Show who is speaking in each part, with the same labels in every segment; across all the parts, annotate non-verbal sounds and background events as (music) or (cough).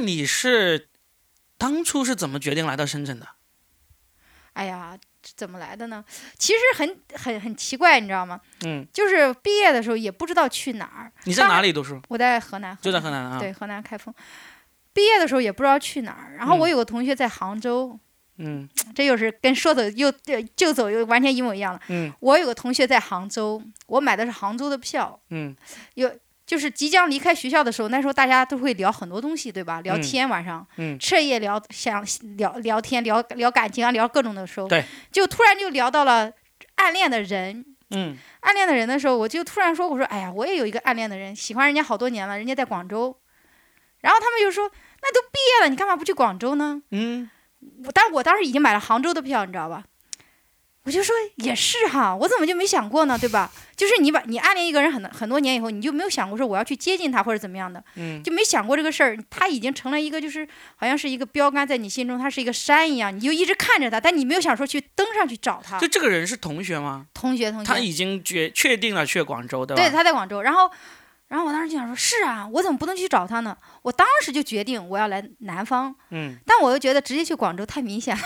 Speaker 1: 你是当初是怎么决定来到深圳的？
Speaker 2: 哎呀，这怎么来的呢？其实很很很奇怪，你知道吗？
Speaker 1: 嗯，
Speaker 2: 就是毕业的时候也不知道去哪儿。
Speaker 1: 你在
Speaker 2: 当
Speaker 1: 哪里读书？
Speaker 2: 我在河南，
Speaker 1: 就在河南啊。
Speaker 2: 对，河南开封。毕业的时候也不知道去哪儿，然后我
Speaker 1: 嗯
Speaker 2: 有个同学在杭州，
Speaker 1: 嗯
Speaker 2: 这又是跟说走又就就走又完全一模一样了。
Speaker 1: 嗯
Speaker 2: 我有个同学在杭州，我买的是杭州的票，
Speaker 1: 嗯
Speaker 2: 就是即将离开学校的时候，那时候大家都会聊很多东西，对吧？聊
Speaker 1: 嗯
Speaker 2: 天晚上，
Speaker 1: 嗯
Speaker 2: 彻夜聊，想聊聊天，聊聊感情啊，聊各种的时候，
Speaker 1: 对，
Speaker 2: 就突然就聊到了暗恋的人。
Speaker 1: 嗯
Speaker 2: 暗恋的人的时候，我就突然说：“我说，哎呀，我也有一个暗恋的人，喜欢人家好多年了，人家在广州。”然后他们就说：“那都毕业了，你干嘛不去广州呢
Speaker 1: 嗯，？”
Speaker 2: 我，但我当时已经买了杭州的票，你知道吧？我就说也是哈，我怎么就没想过呢，对吧？就是你把你暗恋一个人很很多年以后，你就没有想过说我要去接近他或者怎么样的，
Speaker 1: 嗯
Speaker 2: 就没想过这个事儿。他已经成了一个就是好像是一个标杆，在你心中他是一个山一样，你就一直看着他，但你没有想说去登上去找他
Speaker 1: 就。这个人是同学吗？
Speaker 2: 同嗯学，同学，
Speaker 1: 他已经决确定了去广州，对吧？
Speaker 2: 对，他在广州。然后，然后我当时就想说，是啊，我怎么不能去找他呢？我当时就决定我要来南方，
Speaker 1: 嗯，
Speaker 2: 但我又觉得直接去广州太明显了。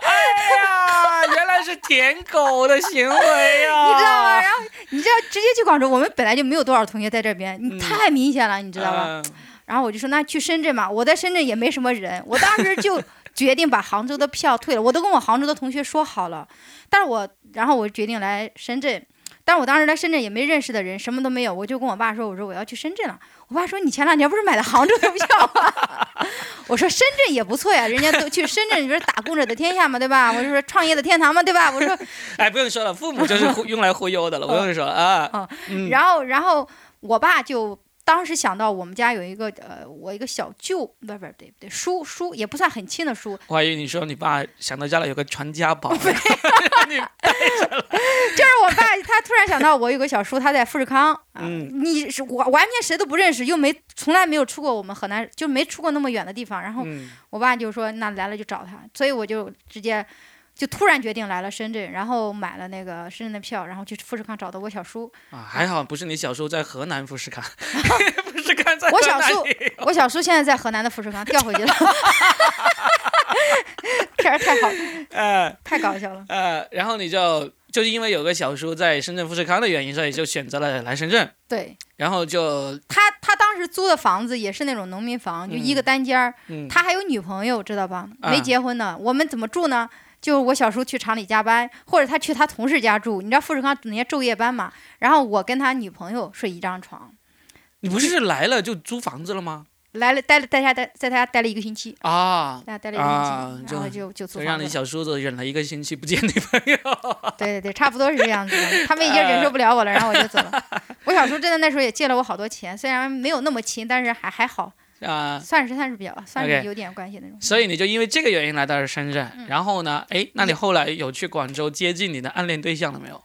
Speaker 1: 哎呀，原来是舔狗的行为啊呀、
Speaker 2: (laughs) 你知道吗？然后你知道直接去广州，我们本来就没有多少同学在这边，
Speaker 1: 嗯
Speaker 2: 你太明显了，你知道吧？
Speaker 1: 嗯
Speaker 2: 然后我就说那去深圳吧，我在深圳也没什么人，我当时
Speaker 1: (laughs)
Speaker 2: 就决定把杭州的票退了，我都跟我杭州的同学说好了，但是我然后我决定来深圳。但是我当时来深圳也没认识的人，什么都没有，我就跟我爸说：“我说我要去深圳了。”我爸说：“你前两天不是买的杭州的票吗？” (laughs) 我说：“深圳也不错呀，人家都去深圳，你说打工者的天下嘛，对吧？”我就说：“创业的天堂嘛，对吧？”我说
Speaker 1: 哎，不用说了，父母就是忽用来忽悠的了，不用说了
Speaker 2: (laughs)
Speaker 1: 啊。嗯
Speaker 2: 然后，然后我爸就当时想到我们家有一个呃，我一个小舅，不是不是对不对，叔叔也不算很亲的叔，
Speaker 1: 我还以为你说你爸想到家里有个传家宝，啊你
Speaker 2: 就是我爸他突然想到我有个小叔，他在富士康，啊、
Speaker 1: 嗯
Speaker 2: 你是我完全谁都不认识，又没从来没有出过我们河南，就没出过那么远的地方，然后
Speaker 1: 嗯
Speaker 2: 我爸就说那来了就找他，所以我就直接就突然决定来了深圳，然后买了那个深圳的票，然后去富士康找的我小叔，
Speaker 1: 啊，还好不是你小时候在河南富士
Speaker 2: (laughs)
Speaker 1: 康，富士康在
Speaker 2: 我
Speaker 1: 河
Speaker 2: 小
Speaker 1: 南
Speaker 2: 时
Speaker 1: (laughs)
Speaker 2: 候
Speaker 1: 也有
Speaker 2: 我小叔现在在河南的富士康调回去了， (laughs) 这儿太好
Speaker 1: 呃
Speaker 2: 太搞笑了。
Speaker 1: 呃，然后你就就是因为有个小叔在深圳富士康的原因，所以就选择了来深圳，
Speaker 2: (laughs) 对
Speaker 1: 然后就
Speaker 2: 他，他当时租的房子也是那种农民房，就一个单间儿。
Speaker 1: 嗯
Speaker 2: 他还有女朋友，知道吧？
Speaker 1: 啊
Speaker 2: 没结婚呢。我们怎么住呢？就我小叔去厂里加班，或者他去他同事家住。你知道富士康人家昼夜班嘛？然后我跟他女朋友睡一张床，
Speaker 1: 你不是来了就租房子了吗？
Speaker 2: 来了待了在家待在他家待了一个星期，
Speaker 1: 啊，
Speaker 2: 在家待了一个星
Speaker 1: 啊
Speaker 2: 期，
Speaker 1: 就
Speaker 2: 然后就就租
Speaker 1: 就
Speaker 2: 房
Speaker 1: 让你
Speaker 2: 子了。
Speaker 1: 小叔子忍了一个星期不见女朋友。 (laughs)
Speaker 2: 对对对，差不多是这样子的。他们已经忍受不了我了，然后我就走了。
Speaker 1: (laughs)
Speaker 2: 我小叔真的那时候也借了我好多钱，虽然没有那么亲，但是还还好，
Speaker 1: 啊，
Speaker 2: 算是算是比较算
Speaker 1: OK
Speaker 2: 是有点关系那种。
Speaker 1: 所以你就因为这个原因来到了深圳，然后呢，哎，那你后来有去广州接近你的暗恋对象了没有？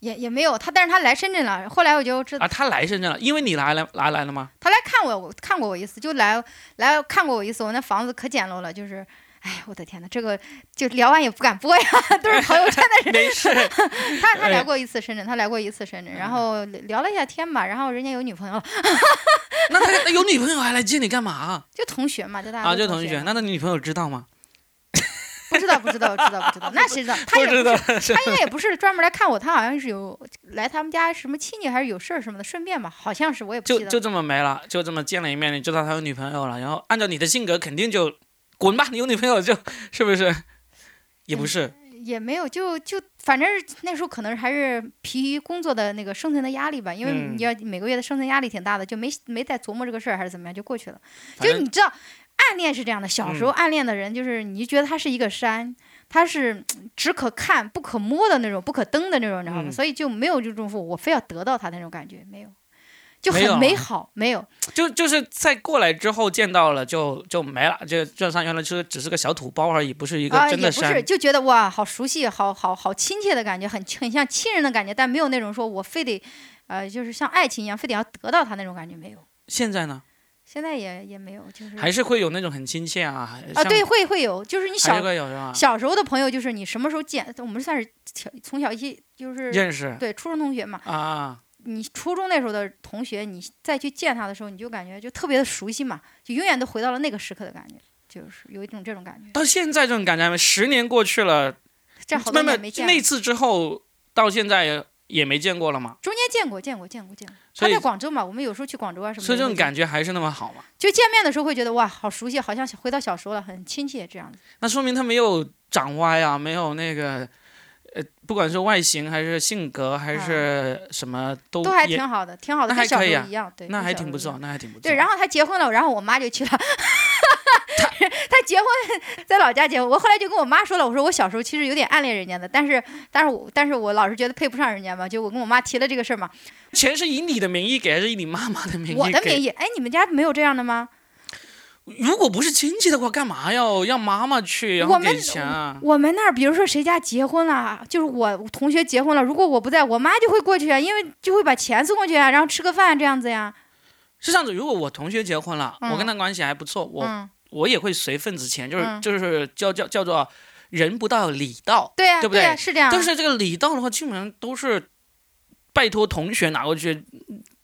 Speaker 2: 也也没有他，但是他来深圳了。后来我就知道、
Speaker 1: 啊，他来深圳了，因为你来了，来来了吗？
Speaker 2: 他来看我，我看过我一次，就来来看过我一次。我那房子可简陋了，就是，哎，我的天呐，这个就聊完也不敢播呀， (laughs) 都是朋友圈的人。
Speaker 1: 没哎事，
Speaker 2: 他他来过一次深圳，他来过一次深圳，
Speaker 1: 嗯
Speaker 2: 然后聊了一下天吧，然后人家有女朋友了，
Speaker 1: 那他那有女朋友还来接你干嘛
Speaker 2: 就同学嘛，就大家
Speaker 1: 啊？
Speaker 2: 都
Speaker 1: 就同学，
Speaker 2: 嘛
Speaker 1: 那他女朋友知道吗？
Speaker 2: 不知道不知道知道不知道，
Speaker 1: (laughs)
Speaker 2: 那谁知道？他
Speaker 1: 不
Speaker 2: 也
Speaker 1: 知
Speaker 2: 不
Speaker 1: 道
Speaker 2: 是，他应该也不是专门来看我，他好像是有来他们家什么亲戚还是有事儿什么的，顺便吧，好像是我也不记
Speaker 1: 就
Speaker 2: 得了。
Speaker 1: 就这么没了，就这么见了一面，你知道他有女朋友了，然后按照你的性格，肯定就滚吧，你有女朋友就是不是？也不是，
Speaker 2: 也没有，就就反正是那时候可能还是疲于工作的那个生存的压力吧，因为
Speaker 1: 嗯
Speaker 2: 你要每个月的生存压力挺大的，就没没再琢磨这个事儿还是怎么样，就过去了。
Speaker 1: 反
Speaker 2: 就
Speaker 1: 正嗯
Speaker 2: 你知道，暗恋是这样的，小时候暗恋的人就是你就觉得他是一个山，他是嗯只可看不可摸的那种，不可登的那种，你知道吗？
Speaker 1: 嗯
Speaker 2: 所以就没有这种说我非要得到他那种感觉，没有，就
Speaker 1: 没有
Speaker 2: 很美
Speaker 1: 啊
Speaker 2: 好，没有。
Speaker 1: 就就是在过来之后见到了就就没了，就就像原来是只是个小土包而已，不是一个
Speaker 2: 啊，
Speaker 1: 真的
Speaker 2: 也不
Speaker 1: 山
Speaker 2: 是，。就觉得哇，好熟悉，好好好亲切的感觉，很很像亲人的感觉，但没有那种说我非得，呃，就是像爱情一样，非得要得到他那种感觉，没有。
Speaker 1: 现在呢，
Speaker 2: 现在也也没有，就是
Speaker 1: 还是会有那种很亲切啊，
Speaker 2: 嗯啊，
Speaker 1: 像
Speaker 2: 对，，会会有，就是你
Speaker 1: 还是
Speaker 2: 小
Speaker 1: 会有是吧？
Speaker 2: 小时候的朋友，就是你什么时候见，我们算是小从小一起就是
Speaker 1: 认识
Speaker 2: 对初中同学嘛，
Speaker 1: 啊，
Speaker 2: 你初中那时候的同学，你再去见他的时候，你就感觉就特别的熟悉嘛，就永远都回到了那个时刻的感觉，就是有一种这种感觉。
Speaker 1: 到现在这种感觉还没，十年过去了，
Speaker 2: 这好多
Speaker 1: 慢
Speaker 2: 年
Speaker 1: 慢
Speaker 2: 没见了，
Speaker 1: 嗯那次之后到现在也没见过了嘛，
Speaker 2: 中间见过，见过，见过，见过。
Speaker 1: 所
Speaker 2: 他
Speaker 1: 以
Speaker 2: 在广州嘛，我们有时候去广州啊什么的。
Speaker 1: 所以这种
Speaker 2: 会
Speaker 1: 感觉还是那么好嘛。
Speaker 2: 就见面的时候会觉得哇，好熟悉，好像回到小时候了，很亲切这样子。
Speaker 1: 那说明他没有长歪啊，没有那个，呃，不管是外形还是性格还是什么都
Speaker 2: 啊都还
Speaker 1: 哦也
Speaker 2: 挺好的，挺好的，
Speaker 1: 那还
Speaker 2: 跟小
Speaker 1: 可以
Speaker 2: 时
Speaker 1: 啊
Speaker 2: 候一样，对，
Speaker 1: 那
Speaker 2: 跟
Speaker 1: 还
Speaker 2: 小时
Speaker 1: 挺
Speaker 2: 候
Speaker 1: 不
Speaker 2: 一
Speaker 1: 错，
Speaker 2: 样。
Speaker 1: 那还挺不错。
Speaker 2: 对，然后他结婚了，然后我妈就去了。 (laughs) 他结婚在老家结婚，我后来就跟我妈说了，我说我小时候其实有点暗恋人家的，但是但是我但是我老是觉得配不上人家嘛，就我跟我妈提了这个事儿嘛，
Speaker 1: 钱是以你的名义给还是以你妈妈的名义给？
Speaker 2: 我的名义，哎，你们家没有这样的吗？
Speaker 1: 如果不是亲戚的话，干嘛要让妈妈去，然
Speaker 2: 我
Speaker 1: 后
Speaker 2: 们
Speaker 1: 给钱啊？
Speaker 2: 我们那儿比如说谁家结婚了，就是我同学结婚了，如果我不在，我妈就会过去啊，因为就会把钱送过去啊，然后吃个饭这样子呀，
Speaker 1: 是这样子，如果我同学结婚了，
Speaker 2: 嗯
Speaker 1: 我跟他关系还不错，我、
Speaker 2: 嗯，
Speaker 1: 我也会随份子钱，就是、
Speaker 2: 嗯
Speaker 1: 就是叫叫叫做人不到礼到。
Speaker 2: 对呀、
Speaker 1: 对不
Speaker 2: 呀、
Speaker 1: 对
Speaker 2: 是这样啊。
Speaker 1: 但是这个礼到的话，基本上都是拜托同学拿过去，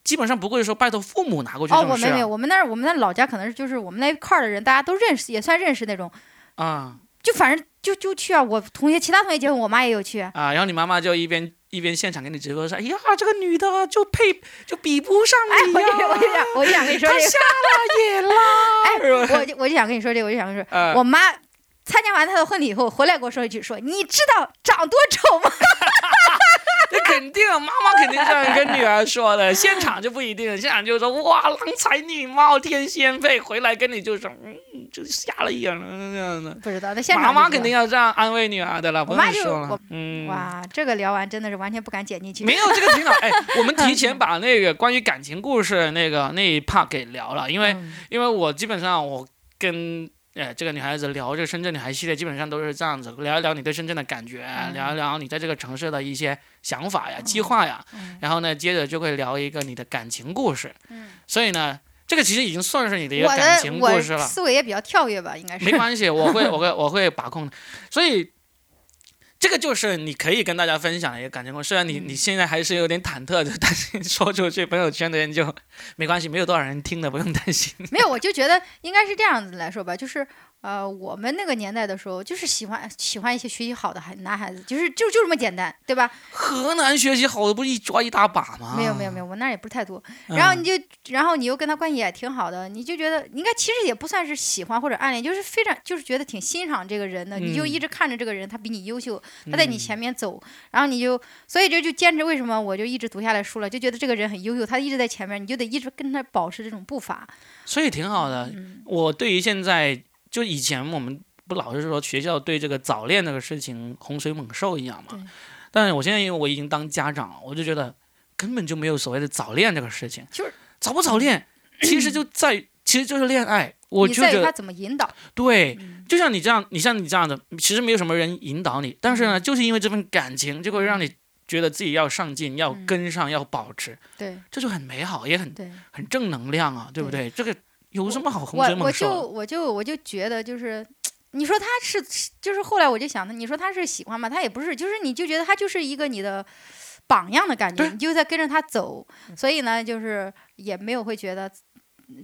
Speaker 1: 基本上不会说拜托父母拿过去这
Speaker 2: 哦，我
Speaker 1: 种事
Speaker 2: 们没有，
Speaker 1: 啊。
Speaker 2: 我们那儿我们那儿老家可能是就是我们那一块儿的人，大家都认识，也算认识那种，
Speaker 1: 啊
Speaker 2: 就反正就就去啊。我同学其他同学结婚，我妈也有去，哎
Speaker 1: 啊！然后你妈妈就一边一边现场给你直播说：“哎呀，这个女的就配就比不上你
Speaker 2: 我
Speaker 1: 哎呀、
Speaker 2: 就我就想我就想跟你说
Speaker 1: 她
Speaker 2: 这个，
Speaker 1: 下了野了。
Speaker 2: 哎，
Speaker 1: 是吧
Speaker 2: (laughs) 我就我就想跟你说这个，我就想跟你说，
Speaker 1: 呃
Speaker 2: 我妈参加完她的婚礼以后回来给我说一句说，你知道长多丑吗？ (laughs)
Speaker 1: 那肯定，妈妈肯定这样跟女儿说的，现场就不一定，现场就说哇，郎才女貌，天仙配，回来跟你就说，嗯，就瞎了眼了这样的。
Speaker 2: 不知道，在现场
Speaker 1: 妈妈
Speaker 2: 就
Speaker 1: 肯定
Speaker 2: 说
Speaker 1: 要这样安慰女儿的了，不
Speaker 2: 我妈
Speaker 1: 用
Speaker 2: 就
Speaker 1: 说了
Speaker 2: 我，
Speaker 1: 嗯，
Speaker 2: 哇，这个聊完真的是完全不敢剪进去。
Speaker 1: (laughs) 没有这个挺好。哎，我们提前把那个关于感情故事那个那一 part 给聊了，因为、
Speaker 2: 嗯
Speaker 1: 因为我基本上我跟。呃，这个女孩子聊这个深圳女孩系列，基本上都是这样子，聊一聊你对深圳的感觉，
Speaker 2: 嗯
Speaker 1: 聊一聊你在这个城市的一些想法呀、计划呀，
Speaker 2: 嗯
Speaker 1: 然后呢，接着就会聊一个你的感情故事。
Speaker 2: 嗯
Speaker 1: 所以呢，这个其实已经算是你的一个
Speaker 2: 我
Speaker 1: 感情
Speaker 2: 的
Speaker 1: 故
Speaker 2: 我
Speaker 1: 事了，
Speaker 2: 思维也比较跳跃吧，应该是
Speaker 1: 没关系，我会我会我会把控的。所以这个就是你可以跟大家分享的一个感情故事。虽然你你现在还是有点忐忑的，但是说出去朋友圈的人就没关系，没有多少人听的，不用担心。
Speaker 2: 没有，我就觉得应该是这样子来说吧，就是呃，我们那个年代的时候，就是喜欢喜欢一些学习好的孩男孩子，就是就就这么简单，对吧？
Speaker 1: 河南学习好的不是一抓一大把吗？嗯
Speaker 2: 没有没有没有，我那儿也不是太多。然后你就，然后你又跟他关系也挺好的，你就觉得应该其实也不算是喜欢或者暗恋，就是非常就是觉得挺欣赏这个人的，你就
Speaker 1: 嗯
Speaker 2: 一直看着这个人，他比你优秀，他在你前面走，然后你就所以这就坚持为什么我就一直读下来书了，就觉得这个人很优秀，他一直在前面，你就得一直跟他保持这种步伐。
Speaker 1: 所以挺好的。
Speaker 2: 嗯
Speaker 1: 我对于现在就以前我们不老是说学校对这个早恋这个事情洪水猛兽一样
Speaker 2: 对
Speaker 1: 嘛，但是我现在因为我已经当家长了，我就觉得根本就没有所谓的早恋这个事情，
Speaker 2: 就是
Speaker 1: 早不早
Speaker 2: (clears throat)
Speaker 1: 恋，其实就在于其实就是恋爱，我
Speaker 2: 你
Speaker 1: 就
Speaker 2: 在
Speaker 1: 觉
Speaker 2: 于他嗯
Speaker 1: 得
Speaker 2: 怎么引导。
Speaker 1: 对。就像你这样，你像你这样的，其实没有什么人引导你，但是
Speaker 2: 嗯
Speaker 1: 呢，就是因为这份感情，就会让你觉得自己要上进、要
Speaker 2: 嗯
Speaker 1: 跟上、要保持，
Speaker 2: 对
Speaker 1: 这就很美好，也很
Speaker 2: 对，
Speaker 1: 很正能量啊，对不对？这个有什么好洪水
Speaker 2: 我我
Speaker 1: 猛兽
Speaker 2: 就
Speaker 1: 的？
Speaker 2: 我就我就觉得就是。你说他是，就是后来我就想他，你说他是喜欢吧，他也不是，就是你就觉得他就是一个你的榜样的感觉，
Speaker 1: 对嗯
Speaker 2: 你就在跟着他走，所以呢，就是也没有会觉得，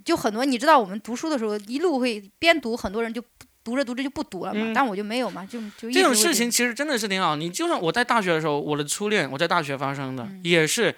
Speaker 2: 就很多你知道我们读书的时候一路会边读，很多人就不读着读着就不读了嘛，
Speaker 1: 嗯
Speaker 2: 但我就没有嘛，就就一
Speaker 1: 这种
Speaker 2: 直会
Speaker 1: 事
Speaker 2: 觉
Speaker 1: 情
Speaker 2: 得
Speaker 1: 其实真的是挺好。你就像我在大学的时候，我的初恋，我在大学发生的、
Speaker 2: 嗯
Speaker 1: 也是，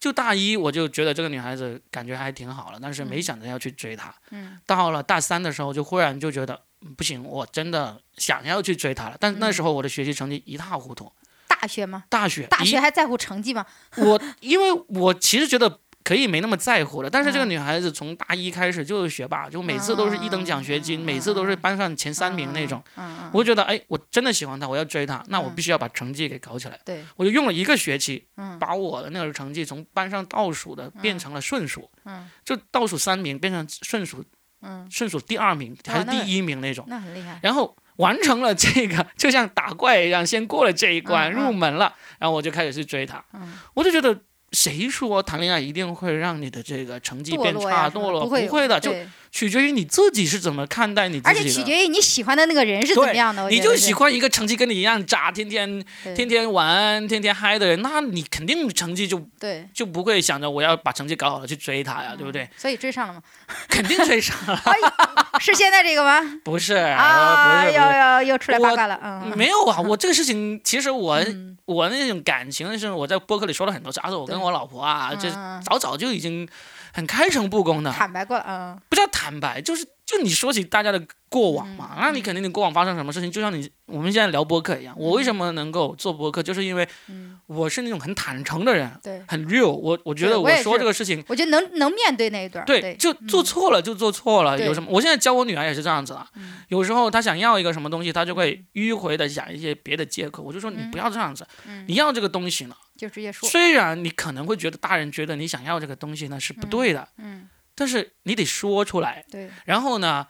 Speaker 1: 就大一我就觉得这个女孩子感觉还挺好了，但是没
Speaker 2: 嗯
Speaker 1: 想着要去追她。
Speaker 2: 嗯
Speaker 1: 到了大三的时候，就忽然就觉得嗯不行，我真的想要去追她了。但
Speaker 2: 嗯
Speaker 1: 那时候我的学习成绩一塌糊涂，
Speaker 2: 大学嘛，
Speaker 1: 大学
Speaker 2: 大学
Speaker 1: 一
Speaker 2: 还在乎成绩嘛，
Speaker 1: (laughs) 我因为我其实觉得。可以没那么在乎了，但是这个
Speaker 2: 嗯
Speaker 1: 女孩子从大一开始就是学霸，就每次都是一等奖学金，每次都是班上前三名那种。
Speaker 2: 嗯嗯，
Speaker 1: 我就觉得，哎，我真的喜欢她，我要追她，那我
Speaker 2: 嗯
Speaker 1: 必须要把成绩给搞起来。
Speaker 2: 对，
Speaker 1: 我就用了一个学期，
Speaker 2: 嗯
Speaker 1: 把我的那个成绩从班上倒数的变成了顺数，
Speaker 2: 嗯
Speaker 1: 就倒数三名变成顺数
Speaker 2: 嗯，
Speaker 1: 顺数第二名
Speaker 2: 哇
Speaker 1: 还是
Speaker 2: 那个
Speaker 1: 第一名那种，
Speaker 2: 那很厉害，
Speaker 1: 然后完成了这个，就像打怪一样，先过了这一关，
Speaker 2: 嗯嗯
Speaker 1: 入门了，然后我就开始去追她，
Speaker 2: 嗯。
Speaker 1: 我就觉得。谁说谈恋爱一定会让你的这个成绩
Speaker 2: 堕
Speaker 1: 变
Speaker 2: 落
Speaker 1: 差、
Speaker 2: 呀什
Speaker 1: 堕
Speaker 2: 么
Speaker 1: 落？
Speaker 2: 不
Speaker 1: 不
Speaker 2: 会
Speaker 1: 会的，就
Speaker 2: 对
Speaker 1: 取决于你自己是怎么看待你自
Speaker 2: 而
Speaker 1: 己
Speaker 2: 且
Speaker 1: 的。
Speaker 2: 取决于你喜欢的那个人是怎么样的。我
Speaker 1: 你
Speaker 2: 觉得
Speaker 1: 就是喜欢一个成绩跟你一样渣，天天
Speaker 2: 对
Speaker 1: 天天玩、天天嗨的人，那你肯定成绩就
Speaker 2: 对，嗯
Speaker 1: 就不会想着我要把成绩搞好了去追他啊呀，对不对？
Speaker 2: 所以追上了吗？
Speaker 1: 肯定追上 (laughs) 了，
Speaker 2: (laughs) 是现在这个吗？
Speaker 1: 不是，
Speaker 2: 啊，
Speaker 1: 哎不是，不
Speaker 2: 又
Speaker 1: 是。
Speaker 2: 又又出来八
Speaker 1: 我
Speaker 2: 卦了，嗯，
Speaker 1: 没有啊，我这个事情，其实我、
Speaker 2: 嗯
Speaker 1: 我那种感情的事，我在播客里说了很多次。而且我跟
Speaker 2: 对
Speaker 1: 我老婆啊，这
Speaker 2: 嗯
Speaker 1: 早早就已经很开诚布公的，
Speaker 2: 坦白过了，嗯，
Speaker 1: 不叫坦白，就是就你说起大家的过往
Speaker 2: 嗯
Speaker 1: 嘛，那你肯定你过往发生什么事情，就像你我们现在聊播客一样，我为什么能够做播客，就是因为
Speaker 2: 嗯
Speaker 1: 我是那种很坦诚的人，
Speaker 2: 对，
Speaker 1: 很 real，我我觉
Speaker 2: 对
Speaker 1: 得
Speaker 2: 我
Speaker 1: 我
Speaker 2: 也
Speaker 1: 说
Speaker 2: 是
Speaker 1: 这个事情。
Speaker 2: 我觉得能能面对那一段儿，对，嗯
Speaker 1: 就做错了就做错了，
Speaker 2: 对
Speaker 1: 有什么？我现在教我女儿也是这样子啊，
Speaker 2: 嗯
Speaker 1: 有时候她想要一个什么东西，她就会迂回的想一些别的借口。我就说你
Speaker 2: 嗯
Speaker 1: 不要这样子，
Speaker 2: 嗯
Speaker 1: 你要这个东西呢，
Speaker 2: 就直接说，
Speaker 1: 虽然你可能会觉得大人觉得你想要这个东西呢是不对的，
Speaker 2: 嗯，
Speaker 1: 但是你得说出来。
Speaker 2: 对，
Speaker 1: 然后呢，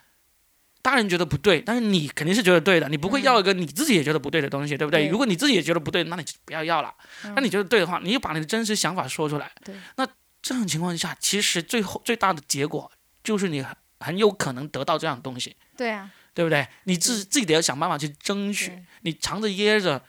Speaker 1: 大人觉得不对，但是你肯定是觉得对的，你不会
Speaker 2: 嗯
Speaker 1: 要一个你自己也觉得不对的东西，对不对？
Speaker 2: 对
Speaker 1: 如果你自己也觉得不对，那你就不要要了。
Speaker 2: 嗯
Speaker 1: 那你觉得对的话，你就把你的真实想法说出来
Speaker 2: 对。
Speaker 1: 那这种情况下，其实最后最大的结果就是你很很有可能得到这样的东西，
Speaker 2: 对啊，
Speaker 1: 对不对？你自自己得要想办法去争取
Speaker 2: 对，
Speaker 1: 你藏着掖着。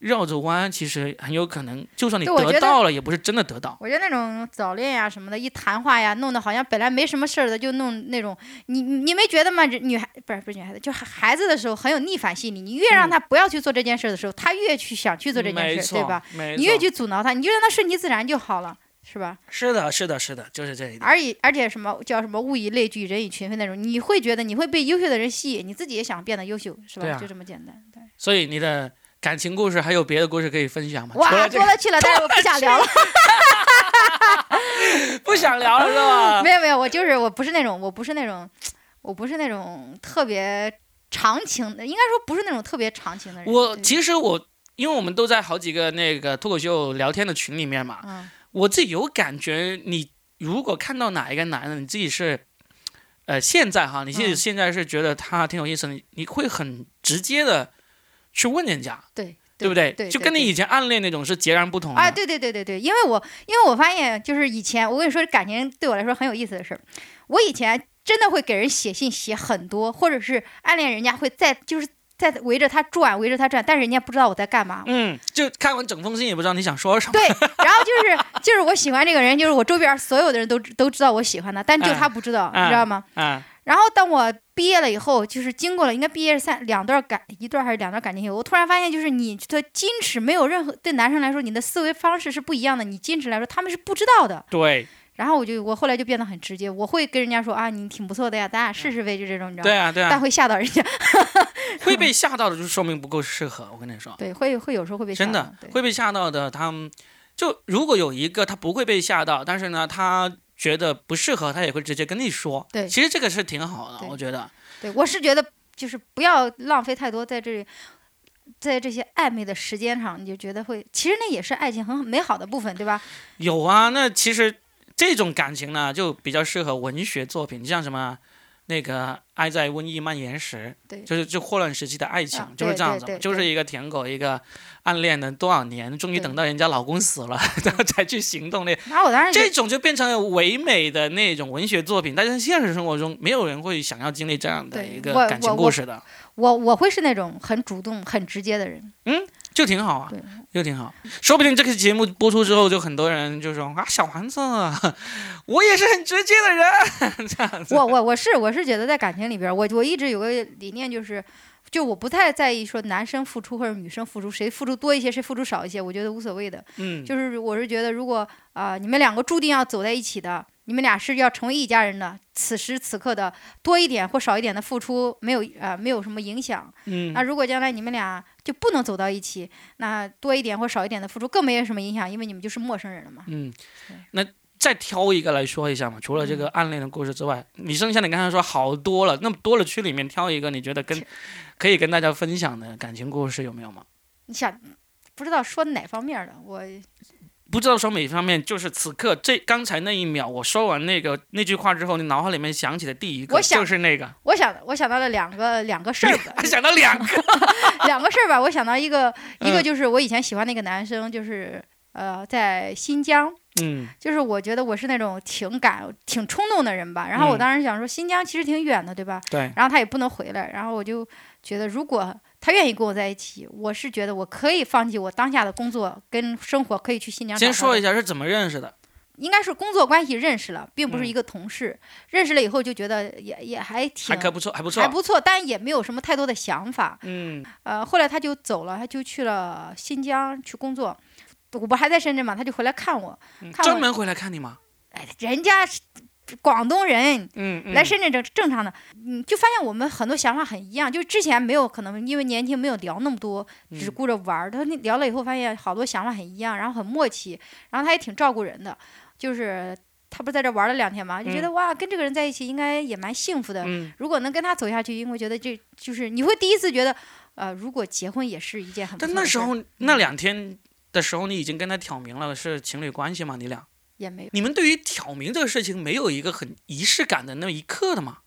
Speaker 1: 绕着弯，其实很有可能，就算你
Speaker 2: 对我觉
Speaker 1: 得
Speaker 2: 得
Speaker 1: 到了，也不是真的得到。
Speaker 2: 我觉得那种早恋呀、什么的，一谈话呀，弄得好像本来没什么事儿的，就弄那种，你你你没觉得吗？人女孩不是不是女孩子，就孩孩子的时候很有逆反心理，你越让他不要去做这件事的时候，他越去想去做这
Speaker 1: 嗯没
Speaker 2: 件事，
Speaker 1: 错，
Speaker 2: 对吧？？
Speaker 1: 没
Speaker 2: 你越
Speaker 1: 错，
Speaker 2: 去阻挠他，你就让他顺其自然就好了，是吧？
Speaker 1: 是的，是的，是的，就是这一点。
Speaker 2: 而以而且什么叫什么物以类聚，人以群分那种，你会觉得你会被优秀的人吸引，你自己也想变得优秀，是吧？
Speaker 1: 对啊
Speaker 2: 就这么简单。对
Speaker 1: 所以你的感情故事还有别的故事可以分享吗？除
Speaker 2: 哇，
Speaker 1: 了这
Speaker 2: 多
Speaker 1: 个
Speaker 2: 啊了去了，但是我不想聊了。
Speaker 1: (laughs) 不想聊了是吧？
Speaker 2: (laughs) 没有没有，我就是我不是那种，我不是那种，我不是那种特别长情的，应该说不是那种特别长情的人。
Speaker 1: 我
Speaker 2: 对
Speaker 1: 其实我因为我们都在好几个那个脱口秀聊天的群里面嘛，
Speaker 2: 嗯，
Speaker 1: 我自己有感觉，你如果看到哪一个男的，你自己是。呃，现在哈，你自己
Speaker 2: 嗯
Speaker 1: 现在是觉得他挺有意思的，你你会很直接的去问人家，
Speaker 2: 对
Speaker 1: 不
Speaker 2: 对
Speaker 1: 对？就跟你以前暗恋那种是截然不同的。
Speaker 2: 啊，对对对对对，因为我因为我发现就是以前我跟你说感情对我来说很有意思的事儿，我以前真的会给人写信写很多，或者是暗恋人家会在就是在围着他转围着他转，但是人家不知道我在干嘛，
Speaker 1: 嗯，就看完整封信也不知道你想
Speaker 2: (laughs)
Speaker 1: 说什么。
Speaker 2: 对，然后就是就是我喜欢这个人，就是我周边所有的人都知都知道我喜欢他，但就
Speaker 1: 嗯
Speaker 2: 他不知道，
Speaker 1: 嗯
Speaker 2: 你知道吗？
Speaker 1: 啊，
Speaker 2: 然后当我毕业了以后，就是经过了应该毕业三两段感一段还是两段感情以后，我突然发现，就是你的矜持没有任何对男生来说，你的思维方式是不一样的。你矜持来说，他们是不知道的。
Speaker 1: 对，
Speaker 2: 然后我就我后来就变得很直接，我会跟人家说啊，你挺不错的呀，咱俩试试呗，就这种你知道
Speaker 1: 嗯对
Speaker 2: 吗？
Speaker 1: 啊，对啊。
Speaker 2: 但会吓到人家， (laughs)
Speaker 1: (laughs) 会被吓到的，就说明不够适合。我跟你说，
Speaker 2: 对，会会有时候会被吓
Speaker 1: 真
Speaker 2: 到
Speaker 1: 的
Speaker 2: 对
Speaker 1: 会被吓到的。他们就如果有一个他不会被吓到，但是呢，他觉得不适合，他也会直接跟你说。
Speaker 2: 对
Speaker 1: 其实这个是挺好的，
Speaker 2: 对
Speaker 1: 我觉得。
Speaker 2: 对，我是觉得就是不要浪费太多在这里，在这些暧昧的时间上，你就觉得会，其实那也是爱情很美好的部分，对吧？
Speaker 1: 有啊，那其实这种感情呢，就比较适合文学作品，像什么那个《爱在瘟疫蔓延时》，
Speaker 2: 对
Speaker 1: 就是就霍乱时期的爱情，
Speaker 2: 啊
Speaker 1: 就是
Speaker 2: 对
Speaker 1: 这样子
Speaker 2: 对
Speaker 1: 嘛，
Speaker 2: 对
Speaker 1: 就是
Speaker 2: 对
Speaker 1: 一个舔狗，一个暗恋了多少年，终于
Speaker 2: 对
Speaker 1: 等到人家老公死了， (laughs) 然后才去行动那
Speaker 2: 那我当然
Speaker 1: 这种就变成了唯美的那种文学作品，但是现实生活中没有人会想要经历这样的
Speaker 2: 对
Speaker 1: 一个
Speaker 2: 我
Speaker 1: 感情
Speaker 2: 我
Speaker 1: 故事的，
Speaker 2: 我我会是那种很主动、很直接的人。
Speaker 1: 就挺好啊
Speaker 2: 对，
Speaker 1: 就挺好。说不定这个节目播出之后，就很多人就说啊，小黄子， (laughs) 我也是很直接的
Speaker 2: (laughs)
Speaker 1: 人，这样子。
Speaker 2: 我我我是我是觉得在感情里边儿，我我一直有个理念就是。就我不太在意说男生付出或者女生付出，谁付出多一些，谁付出少一些，我觉得无所谓的。
Speaker 1: 嗯，
Speaker 2: 就是我是觉得，如果啊、呃你们两个注定要走在一起的，你们俩是要成为一家人的，此时此刻的多一点或少一点的付出，没有呃没有什么影响。
Speaker 1: 嗯
Speaker 2: 那如果将来你们俩就不能走到一起，那多一点或少一点的付出更没有什么影响，因为你们就是陌生人了嘛。
Speaker 1: 嗯，那再挑一个来说一下嘛。除了这个暗恋的故事之外，你剩下你刚才说好多了，那么多了区里面挑一个，你觉得跟可以跟大家分享的感情故事有没有吗？
Speaker 2: 你想，不知道说哪方面儿的，我
Speaker 1: 不知道说哪一方面，就是此刻这刚才那一秒，我说完那个那句话之后，你脑海里面想起的第一个
Speaker 2: 我想嗯
Speaker 1: 就是那个，，
Speaker 2: 我想我想到了两个两个事儿吧
Speaker 1: (laughs) 想到两个，
Speaker 2: 两个事儿吧，
Speaker 1: (laughs)
Speaker 2: 我想到一个一
Speaker 1: 嗯
Speaker 2: 个就是我以前喜欢那个男生，就是呃在新疆，
Speaker 1: 嗯
Speaker 2: 就是我觉得我是那种挺敢、挺冲动的人吧。然后
Speaker 1: 嗯
Speaker 2: 我当时想说，新疆其实挺远的，对吧？ (laughs)
Speaker 1: 对，
Speaker 2: 然后他也不能回来，然后我就觉得，如果他愿意跟我在一起，我是觉得我可以放弃我当下的工作跟生活，可以去新疆。
Speaker 1: 先说一，下是怎么认识的。
Speaker 2: 应该是工作关系认识了，并不是
Speaker 1: 嗯
Speaker 2: 一个同事。认识了以后就觉得也也还挺
Speaker 1: 还可不错，还不错，
Speaker 2: 还不错，但也没有什么太多的想法。
Speaker 1: 嗯
Speaker 2: 呃，后来他就走了，他就去了新疆去工作。我不还在深圳嘛，他就回来看我。
Speaker 1: 嗯
Speaker 2: 看我
Speaker 1: 专门回来看你吗？
Speaker 2: 哎，人家是广东人，
Speaker 1: 嗯，嗯
Speaker 2: 来深圳正正常的，嗯，就发现我们很多想法很一样，就之前没有可能因为年轻没有聊那么多，只
Speaker 1: 嗯
Speaker 2: 顾着玩儿。他那聊了以后发现好多想法很一样，然后很默契，然后他也挺照顾人的，就是他不是在这玩了两天嘛，就觉得、哇，跟这个人在一起应该也蛮幸福的。
Speaker 1: 嗯，
Speaker 2: 如果能跟他走下去，因为觉得这就是你会第一次觉得，呃，如果结婚也是一件很不
Speaker 1: 但
Speaker 2: 错
Speaker 1: 那
Speaker 2: 的
Speaker 1: 时
Speaker 2: 事儿
Speaker 1: 候那两天的时候，你已经跟他挑明了是情侣关系吗？你俩，
Speaker 2: 也没有，
Speaker 1: 你们对于挑明这个事情没有一个很仪式感的那一刻的吗？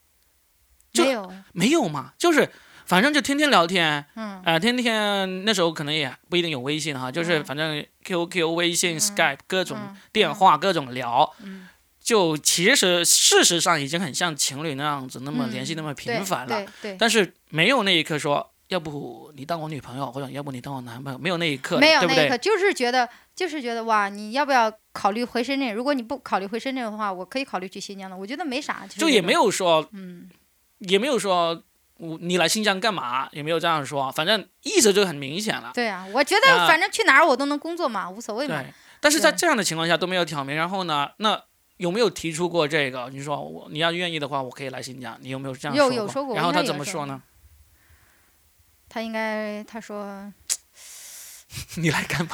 Speaker 1: 就
Speaker 2: 没有，
Speaker 1: 没有嘛，就是反正就天天聊天，
Speaker 2: 嗯
Speaker 1: 啊、天天那时候可能也不一定有微信哈，就是
Speaker 2: 嗯
Speaker 1: 反正 QQ、微信、
Speaker 2: 嗯
Speaker 1: Skype 各种
Speaker 2: 嗯
Speaker 1: 电话、各种聊，
Speaker 2: 嗯，
Speaker 1: 就其实事实上已经很像情侣那样子，那么联系
Speaker 2: 嗯
Speaker 1: 那么频
Speaker 2: 对
Speaker 1: 繁了。
Speaker 2: 对对，
Speaker 1: 但是没有那一刻说，要不你当我女朋友，或者要不你当我男朋友，没有那一刻，
Speaker 2: 没有
Speaker 1: 对不
Speaker 2: 那一
Speaker 1: 对？
Speaker 2: 刻，就是觉得就是觉得哇，你要不要考虑回深圳？如果你不考虑回深圳的话，我可以考虑去新疆的，我觉得没啥，就是
Speaker 1: 就
Speaker 2: 这
Speaker 1: 也
Speaker 2: 种
Speaker 1: 没，有说，
Speaker 2: 嗯
Speaker 1: 也没有说我你来新疆干嘛，也没有这样说，反正意思就很明显了。
Speaker 2: 对啊，我觉
Speaker 1: 啊
Speaker 2: 得反正去哪儿我都能工作嘛，无所谓嘛，
Speaker 1: 对，但是在
Speaker 2: 对
Speaker 1: 这样的情况下都没有挑明，然后呢，那有没有提出过这个？你说我你要愿意的话，我可以来新疆，你有没有这样
Speaker 2: 有
Speaker 1: 过？
Speaker 2: 有说过
Speaker 1: 然后
Speaker 2: 应
Speaker 1: 他
Speaker 2: 该
Speaker 1: 怎
Speaker 2: 有
Speaker 1: 么
Speaker 2: 说
Speaker 1: 说呢？
Speaker 2: 他应该他说 (laughs)
Speaker 1: (laughs) 你来干嘛？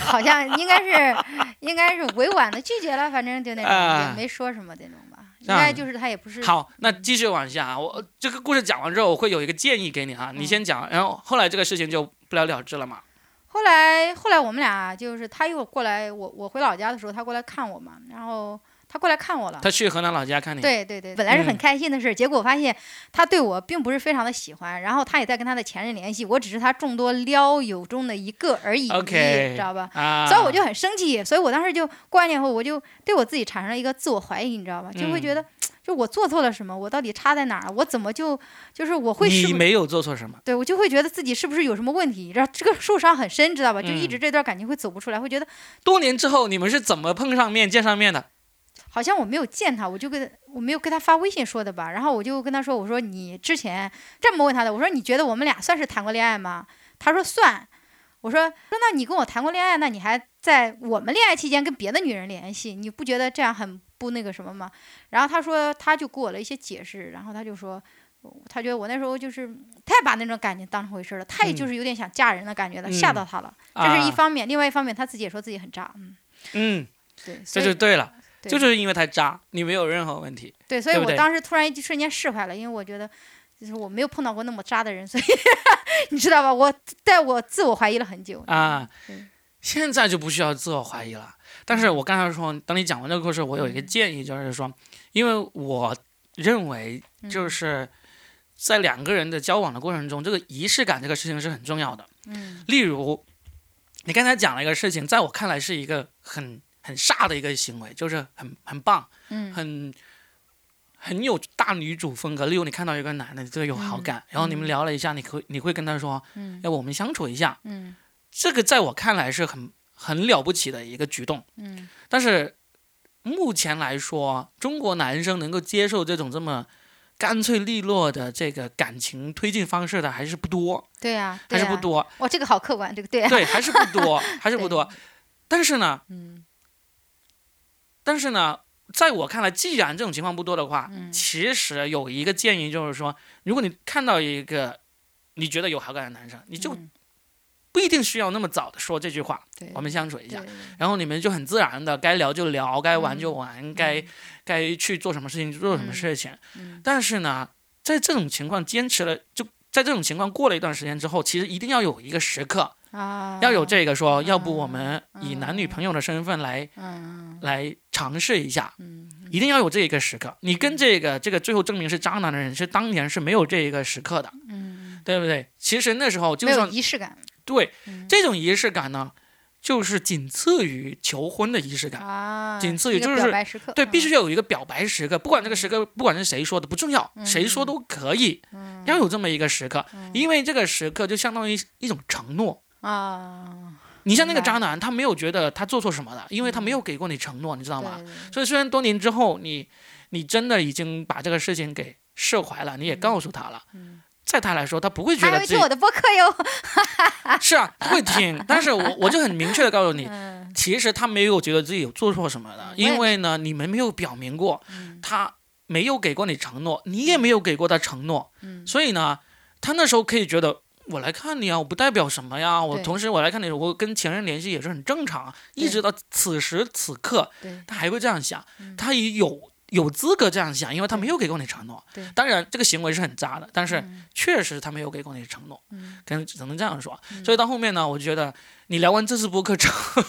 Speaker 2: 好像应该是应该是委婉的拒绝了，反正就那种
Speaker 1: 啊
Speaker 2: 也没说什么那种吧，应
Speaker 1: 啊
Speaker 2: 该就是他也不是
Speaker 1: 好，那继续往下啊。我这个故事讲完之后，我会有一个建议给你啊，你
Speaker 2: 嗯
Speaker 1: 先讲，然后后来这个事情就不了了之了嘛。
Speaker 2: 后来后来我们俩就是他又过来，我我回老家的时候，他过来看我嘛，然后他过来看我了。
Speaker 1: 他去河南老家看你，
Speaker 2: 对对对，本来是很
Speaker 1: 哎嗯
Speaker 2: 开心的事儿，结果我发现他对我并不是非常的喜欢，然后他也在跟他的前任联系，我只是他众多撩友中的一个而已
Speaker 1: OK
Speaker 2: 知道吧？
Speaker 1: 啊，
Speaker 2: 所以我就很生气，所以我当时就过完年后，我就对我自己产生了一个自我怀疑，你知道吧？就会
Speaker 1: 嗯
Speaker 2: 觉得，就我做错了什么？我到底差在哪儿？我怎么就就是我会是
Speaker 1: 你
Speaker 2: 不是
Speaker 1: 没有做错什么，
Speaker 2: 对我就会觉得自己是不是有什么问题，然后这个受伤很深，知道吧？就一
Speaker 1: 嗯
Speaker 2: 直这段感情会走不出来，会觉得
Speaker 1: 多年之后你们是怎么碰上面、见上面的？
Speaker 2: 好像我没有见他，我就跟我没有跟他发微信说的吧，然后我就跟他说，我说你之前这么问他的，我说你觉得我们俩算是谈过恋爱吗？他说算。我说说那你跟我谈过恋爱，那你还在我们恋爱期间跟别的女人联系，你不觉得这样很不那个什么吗？然后他说他就给我了一些解释，然后他就说。他觉得我那时候就是太把那种感情当成回事了，太
Speaker 1: 嗯
Speaker 2: 就是有点想嫁人的感觉了，
Speaker 1: 嗯
Speaker 2: 吓到他了。这是一方面，另外一方面他自己也说自己很渣，嗯，
Speaker 1: 啊，嗯，
Speaker 2: 对，所
Speaker 1: 这
Speaker 2: 以
Speaker 1: 就对了，
Speaker 2: 对
Speaker 1: 就是因为他渣，你没有任何问题。
Speaker 2: 对，所以
Speaker 1: 对不
Speaker 2: 我
Speaker 1: 对
Speaker 2: 当时突然一瞬间释怀了，因为我觉得就是我没有碰到过那么渣的人，所以 (laughs) 你知道吧？我在我自我怀疑了很久，
Speaker 1: 啊
Speaker 2: 嗯，
Speaker 1: 现在就不需要自我怀疑了。但是我刚才说，当你讲完这个故事，我有一个
Speaker 2: 嗯
Speaker 1: 建议，就是说，因为我认为
Speaker 2: 嗯
Speaker 1: 就是在两个人的交往的过程中，这个仪式感这个事情是很重要的。
Speaker 2: 嗯
Speaker 1: 例如，你刚才讲了一个事情，在我看来是一个很很飒的一个行为，就是很很棒，
Speaker 2: 嗯
Speaker 1: 很很有大女主风格。例如，你看到一个男的，你对他有好感，然后你们
Speaker 2: 嗯
Speaker 1: 聊了一下，你会你会跟他说，
Speaker 2: 嗯
Speaker 1: 要不我们相处一下，
Speaker 2: 嗯
Speaker 1: 这个在我看来是很很了不起的一个举动，
Speaker 2: 嗯
Speaker 1: 但是目前来说，中国男生能够接受这种这么干脆利落的这个感情推进方式的还是不多，
Speaker 2: 对呀、
Speaker 1: 还
Speaker 2: 对啊
Speaker 1: 是
Speaker 2: 呀、
Speaker 1: 不
Speaker 2: (laughs)
Speaker 1: 多，
Speaker 2: 哇，这个好客观，这个对呀、啊
Speaker 1: 对，还是不多，还是不多。但是呢，
Speaker 2: 嗯
Speaker 1: 但是呢，在我看来，既然这种情况不多的话，
Speaker 2: 嗯
Speaker 1: 其实有一个建议就是说，如果你看到一个你觉得有好感的男生，你就
Speaker 2: 嗯
Speaker 1: 不一定需要那么早的说这句话，
Speaker 2: 对
Speaker 1: 我们相处一下
Speaker 2: 对。对
Speaker 1: 然后你们就很自然的该聊就聊，该玩就玩，该
Speaker 2: 嗯
Speaker 1: 该去做什么事情就做什么事情。
Speaker 2: 嗯
Speaker 1: 但是呢，在这种情况坚持了，就在这种情况过了一段时间之后，其实一定要有一个时刻，
Speaker 2: 啊，
Speaker 1: 要有这个说，要不我们以男女朋友的身份来、
Speaker 2: 嗯
Speaker 1: 来尝试一下。
Speaker 2: 嗯
Speaker 1: 一定要有这一个时刻，你跟这个这个最后证明是渣男的人，是当年是没有这一个时刻的，
Speaker 2: 嗯，
Speaker 1: 对不对？其实那时候就
Speaker 2: 没有
Speaker 1: 算
Speaker 2: 仪式感，
Speaker 1: 对
Speaker 2: 嗯
Speaker 1: 这种仪式感呢，就是仅次于求婚的仪式感。
Speaker 2: 啊，
Speaker 1: 仅次于
Speaker 2: 一个
Speaker 1: 就是
Speaker 2: 表白时刻，
Speaker 1: 对，
Speaker 2: 嗯
Speaker 1: 必须要有一个表白时刻，不管这个时刻，不管是谁说的不重要，谁
Speaker 2: 嗯
Speaker 1: 说都可以，要有这么一个时刻，因为这个时刻就相当于一种承诺。
Speaker 2: 啊，
Speaker 1: 你像那
Speaker 2: 明
Speaker 1: 个
Speaker 2: 白
Speaker 1: 渣男，他没有觉得他做错什么的，因为他没有给过你承诺，你知道
Speaker 2: 对
Speaker 1: 吗？
Speaker 2: 对对
Speaker 1: 所以虽然多年之后，你你真的已经把这个事情给释怀了，你也告诉他了，在他来说，他不会觉
Speaker 2: 嗯他还
Speaker 1: 得
Speaker 2: 会
Speaker 1: 自
Speaker 2: 听
Speaker 1: 己
Speaker 2: 我的播客哟，
Speaker 1: 是啊，他会
Speaker 2: (laughs)
Speaker 1: 听，但是我我就很明确的告诉你，
Speaker 2: 嗯
Speaker 1: 其实他没有觉得自己有做错什么的，
Speaker 2: 也
Speaker 1: 因为呢，你们没有表明过，
Speaker 2: 嗯
Speaker 1: 他没有给过你承诺，你也没有给过他承诺，
Speaker 2: 嗯
Speaker 1: 所以呢，他那时候可以觉得。我来看你啊，我不代表什么呀，我
Speaker 2: 对
Speaker 1: 同时我来看你，我跟前任联系也是很正常啊。一
Speaker 2: 对
Speaker 1: 直到此时此刻，
Speaker 2: 对
Speaker 1: 他还会这样想，
Speaker 2: 嗯
Speaker 1: 他也有有资格这样想，因为他没有给过你承诺
Speaker 2: 对。
Speaker 1: 当然，这个行为是很渣的，但是
Speaker 2: 嗯
Speaker 1: 确实他没有给过你承诺，
Speaker 2: 嗯
Speaker 1: 可能只能这样说。所以到后面呢，我就觉得你聊完这次播客之后，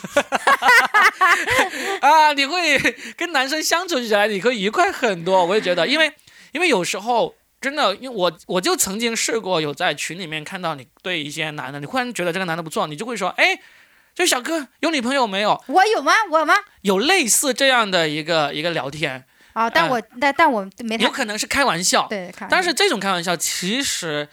Speaker 1: (laughs)
Speaker 2: (laughs)
Speaker 1: 啊，你会跟男生相处起来，你会愉快很多。我也觉得，因为因为有时候。真的，因为我我就曾经试过有在群里面看到你对一些男的，你忽然觉得这个男的不错，你就会说，哎，这小哥有女朋友没有？
Speaker 2: 我有吗？我有吗？
Speaker 1: 有类似这样的一个一个聊天，
Speaker 2: 啊，但
Speaker 1: 嗯
Speaker 2: 我但但我没
Speaker 1: 有
Speaker 2: 太
Speaker 1: 可能是开玩笑，
Speaker 2: 对，看
Speaker 1: 但是这种开玩笑其实，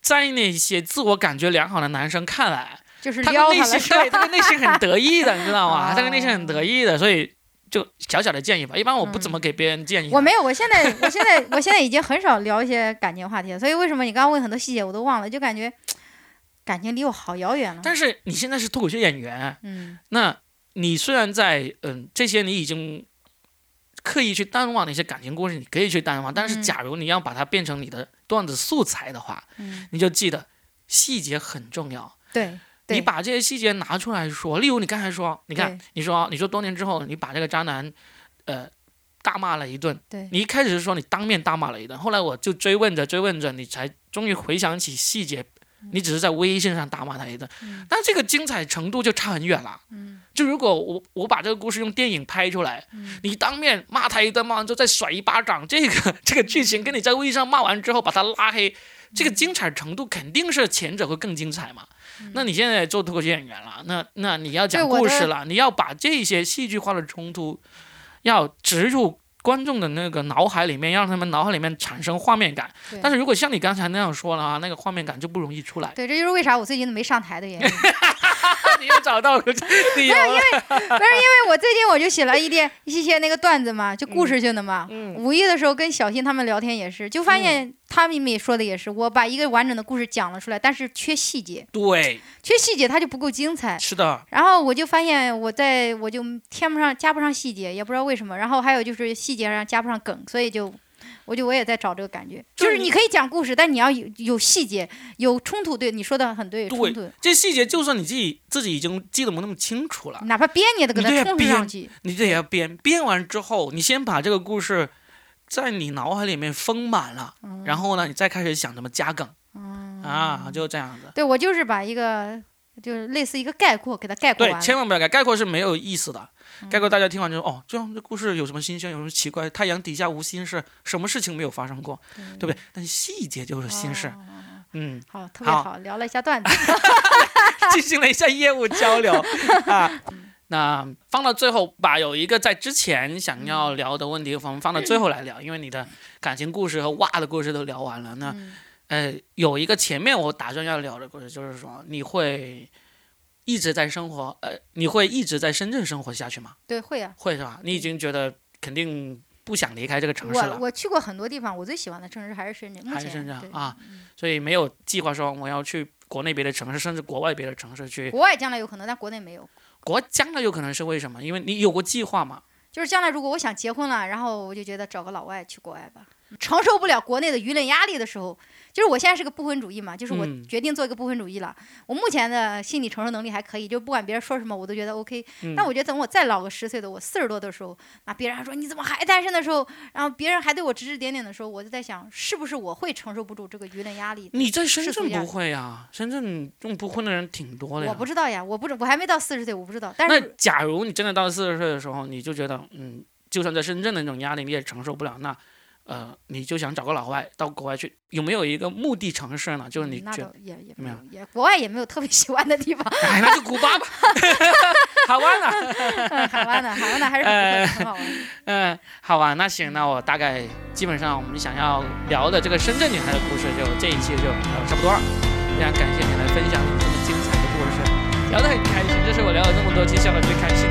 Speaker 1: 在那些自我感觉良好的男生看来，
Speaker 2: 就是
Speaker 1: 他的
Speaker 2: 撩
Speaker 1: 内
Speaker 2: 他
Speaker 1: 心 (laughs)
Speaker 2: 了是吧？
Speaker 1: 对他的内心很得意的，你知道吗？
Speaker 2: 啊嗯
Speaker 1: 他的内心很得意的，所以就小小的建议吧。一般我不怎么给别人建议的，啊
Speaker 2: 我没
Speaker 1: (laughs)
Speaker 2: 有，我现在我现在我现在已经很少聊一些感情话题了，所以为什么你刚刚问很多细节我都忘了，就感觉感情离我好遥远了。
Speaker 1: 但是你现在是脱口秀演员，
Speaker 2: 嗯
Speaker 1: 那你虽然在嗯这些你已经。刻意去淡忘的一些感情故事，你可以去淡忘。但是，
Speaker 2: 嗯
Speaker 1: 假如你要把它变成你的段子素材的话，
Speaker 2: 嗯，
Speaker 1: 你就记得细节很重要。
Speaker 2: 对对
Speaker 1: 你把这些细节拿出来说，例如你刚才说，你看
Speaker 2: 对，
Speaker 1: 你说你说多年之后，你把这个渣男，呃，大骂了一顿。
Speaker 2: 对
Speaker 1: 你一开始是说你当面大骂了一顿，后来我就追问着追问着，你才终于回想起细节，你只是在微信上大骂他一顿，
Speaker 2: 嗯
Speaker 1: 但这个精彩程度就差很远了。
Speaker 2: 嗯
Speaker 1: 就如果我我把这个故事用电影拍出来，
Speaker 2: 嗯
Speaker 1: 你当面骂他一顿，骂完之后再甩一巴掌，这个 (laughs) 这个剧情跟你在微信上骂完之后把他拉黑，这个精彩程度肯定是前者会更精彩嘛。那你现在做脱口秀演员了，那那你要讲
Speaker 2: 嗯对我
Speaker 1: 故
Speaker 2: 的
Speaker 1: 事了，你要把这些戏剧化的冲突要植入观众的那个脑海里面，让他们脑海里面产生画面感。
Speaker 2: 对
Speaker 1: 但是如果像你刚才那样说了啊，那个画面感就不容易出来。
Speaker 2: 对，这就是为啥我最近没上台
Speaker 1: (laughs)
Speaker 2: 的原因。
Speaker 1: 你又找到了 (laughs) 理由了，
Speaker 2: 不是因为我最近我就写了一点一些那个段子嘛，就故事性的嘛。
Speaker 1: 嗯
Speaker 2: 五一的时候跟小新他们聊天也是，就发现他们也说的也是，我把一个完整的故事讲了出来，但是缺细节，
Speaker 1: 对，
Speaker 2: 缺细节它就不够精彩。
Speaker 1: 是的，
Speaker 2: 然后我就发现我在我就添不上加不上细节，也不知道为什么。然后还有就是细节上加不上梗，所以就。我就我也在找这个感觉，
Speaker 1: 就
Speaker 2: 就是是你
Speaker 1: 你
Speaker 2: 可以讲故事，但你要有有细节，有冲突。对你说的很对，冲
Speaker 1: 对
Speaker 2: 突，
Speaker 1: 这细节就算你自己自己已经记得没那么清楚了，
Speaker 2: 哪怕编你也得给
Speaker 1: 你对
Speaker 2: 它
Speaker 1: 呀
Speaker 2: 冲突
Speaker 1: 编
Speaker 2: 上去。
Speaker 1: 你这也要编，编完之后，你先把这个故事在你脑海里面丰满了，
Speaker 2: 哦
Speaker 1: 然后呢，你再开始想怎么加梗，啊，就这样子。
Speaker 2: 对我就是把一个就是类似一个概括给它概括
Speaker 1: 对，
Speaker 2: 完了。嗯
Speaker 1: 千万不要概概括是没有意思的，概括大家听完就说哦，这样这故事有什么新鲜，有什么奇怪？太阳底下无新事，什么事情没有发生过，对不对？但细节就是新事，
Speaker 2: 哦
Speaker 1: 嗯，
Speaker 2: 嗯好，特别
Speaker 1: 好
Speaker 2: 好，聊了一下段子。 (laughs)
Speaker 1: 进行了一下业务交流啊。那放到最后吧，有一个在之前想要聊的问题，我们放到最后来聊，因为你的感情故事和哇的故事都聊完了。那
Speaker 2: 嗯
Speaker 1: 呃，有一个前面我打算要聊的故事，就是说你会一直在生活，呃，你会一直在深圳生活下去吗？
Speaker 2: 对，会啊。
Speaker 1: 会是吧？你已经觉得肯定不想离开这个 (laughs) 城市
Speaker 2: 我
Speaker 1: 了，
Speaker 2: 我去过很多地方，我最喜欢的城市还是深圳。目
Speaker 1: 还
Speaker 2: 前
Speaker 1: 是深圳
Speaker 2: 对嗯
Speaker 1: 啊？所以没有计划说我要去国内别的城市，甚至国外别的城市去。
Speaker 2: 国外将来有可能，但国内没有。
Speaker 1: 国将来有可能是为什么？因为你有过计划嘛？
Speaker 2: 就是将来如果我想结婚了，然后我就觉得找个老外去国外吧。承受不了国内的舆论压力的时候，就是我现在是个不婚主义嘛，就是我
Speaker 1: 嗯
Speaker 2: 决定做一个不婚主义了。我目前的心理承受能力还可以，就不管别人说什么，我都觉得 OK。
Speaker 1: 嗯
Speaker 2: 但我觉得等我再老个十岁的，我四十多的时候，啊，别人还说你怎么还单身的时候，然后别人还对我指指点点的时候，我就在想，是不是我会承受不住这个舆论压力？
Speaker 1: 你在深
Speaker 2: 世俗
Speaker 1: 圳
Speaker 2: 压
Speaker 1: 不
Speaker 2: 力
Speaker 1: 会啊？深圳这种不婚的人挺多的呀。
Speaker 2: 我不知道呀，我不知我还没到四十岁，我不知道。但
Speaker 1: 那
Speaker 2: 是
Speaker 1: 假如你真的到四十岁的时候，你就觉得嗯，就算在深圳的那种压力你也承受不了，那呃，你就想找个老外到国外去，有没有一个目的城市呢？就是你
Speaker 2: 嗯那
Speaker 1: 觉得
Speaker 2: 倒，也也
Speaker 1: 没
Speaker 2: 没
Speaker 1: 有
Speaker 2: 有，也国外也没有特别喜欢的地方。
Speaker 1: 哎，那就古巴吧， (laughs) 好玩呢。
Speaker 2: 嗯海湾的海湾的还是很不错的，很好玩。
Speaker 1: (laughs) 嗯，好吧，那行，那我大概基本上我们想要聊的这个深圳女孩的故事就，这一期就聊差不多了。非常感谢你来分享你这么精彩的故事，聊得很开心，这是我聊了这么多期笑得最开心 (laughs)